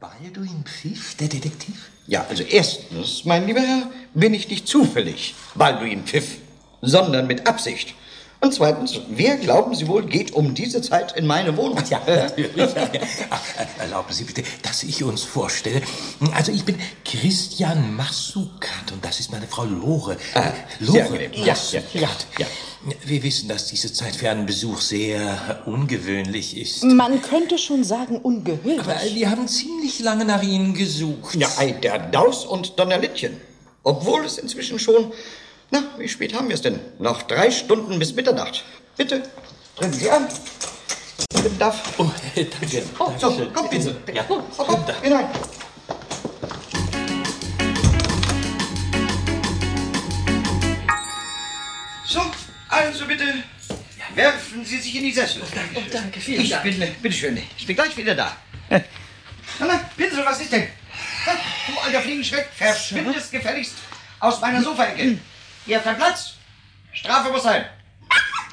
Balduin Pfiff, der Detektiv? Ja, also erstens, mein lieber Herr, bin ich nicht zufällig Balduin Pfiff, sondern mit Absicht. Und zweitens, wer glauben Sie wohl geht um diese Zeit in meine Wohnung? Ja, natürlich. Ach, Erlauben Sie bitte, dass ich uns vorstelle. Also ich bin Christian Massukat und das ist meine Frau Lore. Äh, Ah, Lore sehr angenehm. Ja, ja, Massukat. ja. Wir wissen, dass diese Zeit für einen Besuch sehr ungewöhnlich ist. Man könnte schon sagen, ungehörig. Aber wir haben ziemlich lange nach Ihnen gesucht. Ja, ei, der Daus und Donnerlittchen. Obwohl es inzwischen schon... Na, wie spät haben wir es denn? Noch drei Stunden bis Mitternacht. Bitte, treten Sie an. Bitte darf... Oh, danke. Oh, so, kommt bitte. Ja. Gut, oh, kommt, hinein. So, also bitte werfen Sie sich in die Sessel. Oh, danke, vielen Ich Dank. bin, äh, bitteschön, ich bin gleich wieder da. Na, na, Pinsel, was ist denn? Ha, Du alter Fliegenschreck, verschwindest gefälligst aus meiner Sofaecke. Ihr habt keinen Platz. Strafe muss sein.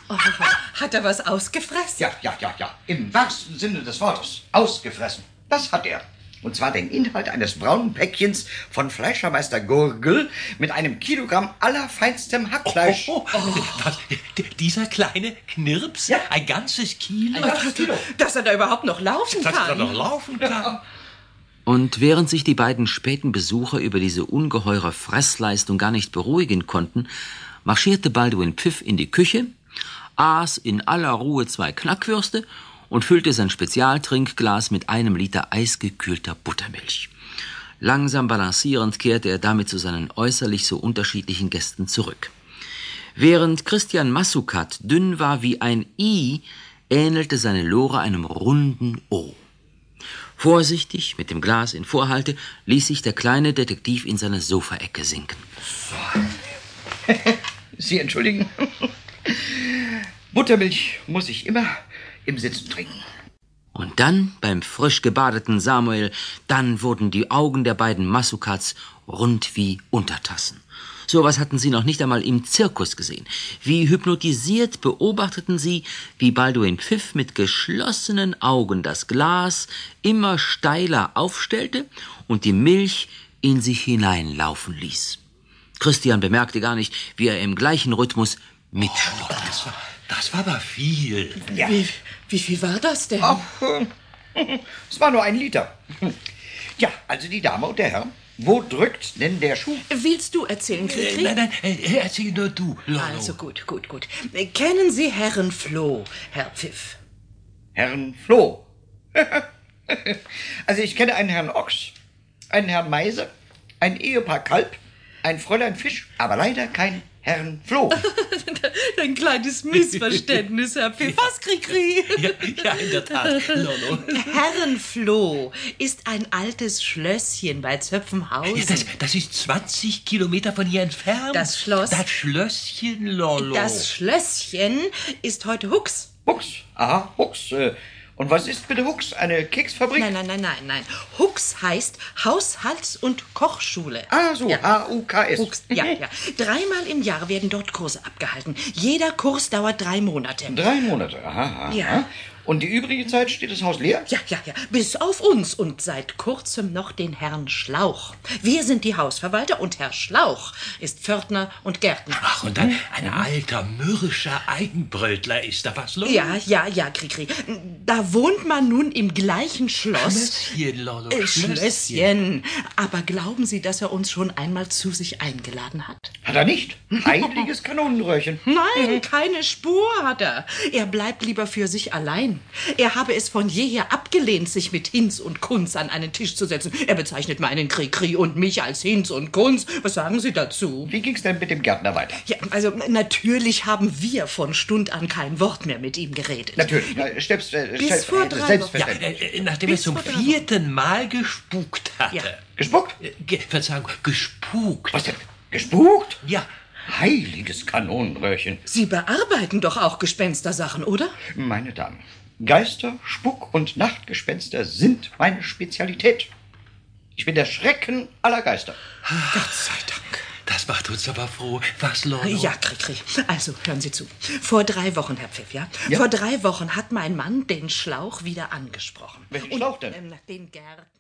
Oh, Hat er was ausgefressen? Ja, ja, ja, ja. Im wahrsten Sinne des Wortes. Ausgefressen. Das hat er. Und zwar den Inhalt eines braunen Päckchens von Fleischermeister Gurgel mit einem Kilogramm allerfeinstem Hackfleisch. Oh, was? D- dieser kleine Knirps? Ja. Ein ganzes Kilo? Dass er da überhaupt noch laufen Dass er kann. noch laufen kann? Und während sich die beiden späten Besucher über diese ungeheure Fressleistung gar nicht beruhigen konnten, marschierte Baldwin Pfiff in die Küche, aß in aller Ruhe zwei Knackwürste und füllte sein Spezialtrinkglas mit einem Liter eisgekühlter Buttermilch. Langsam balancierend kehrte er damit zu seinen äußerlich so unterschiedlichen Gästen zurück. Während Christian Massukat dünn war wie ein I, ähnelte seine Lore einem runden O. Vorsichtig, mit dem Glas in Vorhalte, ließ sich der kleine Detektiv in seine Sofaecke sinken. oh. Sie entschuldigen. Buttermilch muss ich immer im Sitzen trinken. Und dann, beim frisch gebadeten Samuel, dann wurden die Augen der beiden Massukats rund wie Untertassen. Sowas hatten sie noch nicht einmal im Zirkus gesehen. Wie hypnotisiert beobachteten sie, wie Balduin Pfiff mit geschlossenen Augen das Glas immer steiler aufstellte und die Milch in sich hineinlaufen ließ. Christian bemerkte gar nicht, wie er im gleichen Rhythmus mitschluckte. Das war, das war aber viel. Ja. Wie, wie viel war das denn? Ach, äh, es war nur ein Liter. Ja, also die Dame und der Herr. Wo drückt denn der Schuh? Willst du erzählen, Äh, Krikri? Nein, nein, äh, erzähl nur du, Lolo. Also gut, gut, gut. Kennen Sie Herrn Floh, Herr Pfiff? Herrn Floh. also ich kenne einen Herrn Ochs, einen Herrn Meise, ein Ehepaar Kalb, ein Fräulein Fisch, aber leider kein Herrn Floh. Ein kleines Missverständnis, Herr Pfiff. Was, Krikri? ja, ja, in der Tat, Lolo. Herrenfloh ist ein altes Schlösschen bei Zöpfenhausen. Ja, das, das ist 20 Kilometer von hier entfernt. Das Schloss. Das Schlösschen, Lolo. Das Schlösschen ist heute Hux. Hux, aha, Hux. äh, Und was ist bitte Hux? Eine Keksfabrik? Nein, nein, nein, nein, nein. Hux heißt Haushalts- und Kochschule. Ah, so, Ja. H-U-K-S. Hux, ja, ja. Dreimal im Jahr werden dort Kurse abgehalten. Jeder Kurs dauert drei Monate. Drei Monate, aha, aha. Ja. Und die übrige Zeit steht das Haus leer? Ja, ja, ja. Bis auf uns und seit kurzem noch den Herrn Schlauch. Wir sind die Hausverwalter und Herr Schlauch ist Pförtner und Gärtner. Ach, und dann ein alter mürrischer Eigenbrötler ist da was los? Ja, ja, ja, Krikri. Da wohnt man nun im gleichen Schloss. Schlösschen, Lolo. Äh, Schlösschen. Aber glauben Sie, dass er uns schon einmal zu sich eingeladen hat? Hat er nicht. Heiliges Kanonenröhrchen. Nein, keine Spur hat er. Er bleibt lieber für sich allein. Er habe es von jeher abgelehnt, sich mit Hinz und Kunz an einen Tisch zu setzen. Er bezeichnet meinen Krikri und mich als Hinz und Kunz. Was sagen Sie dazu? Wie ging's denn mit dem Gärtner weiter? Ja, also natürlich haben wir von Stund an kein Wort mehr mit ihm geredet. Natürlich, na, selbst, äh, Bis selbst, vor äh, drei Wochen. Ja, selbstverständlich. äh, äh, nachdem er Bis zum vor drei vierten Mal gespukt hatte. Gespuckt? Äh, Ge Verzeihung, gespukt. Was denn? Gespuckt? Ja, Heiliges Kanonenröhrchen. Sie bearbeiten doch auch Gespenstersachen, oder? Meine Damen, Geister, Spuk und Nachtgespenster sind meine Spezialität. Ich bin der Schrecken aller Geister. Gott sei Dank. das macht uns aber froh. Was, Lolo? Ja, Krikri. Also, hören Sie zu. Vor drei Wochen, Herr Pfiff, ja? Vor drei Wochen hat mein Mann den Schlauch wieder angesprochen. Welchen Schlauch denn? Ähm, den Gärtner.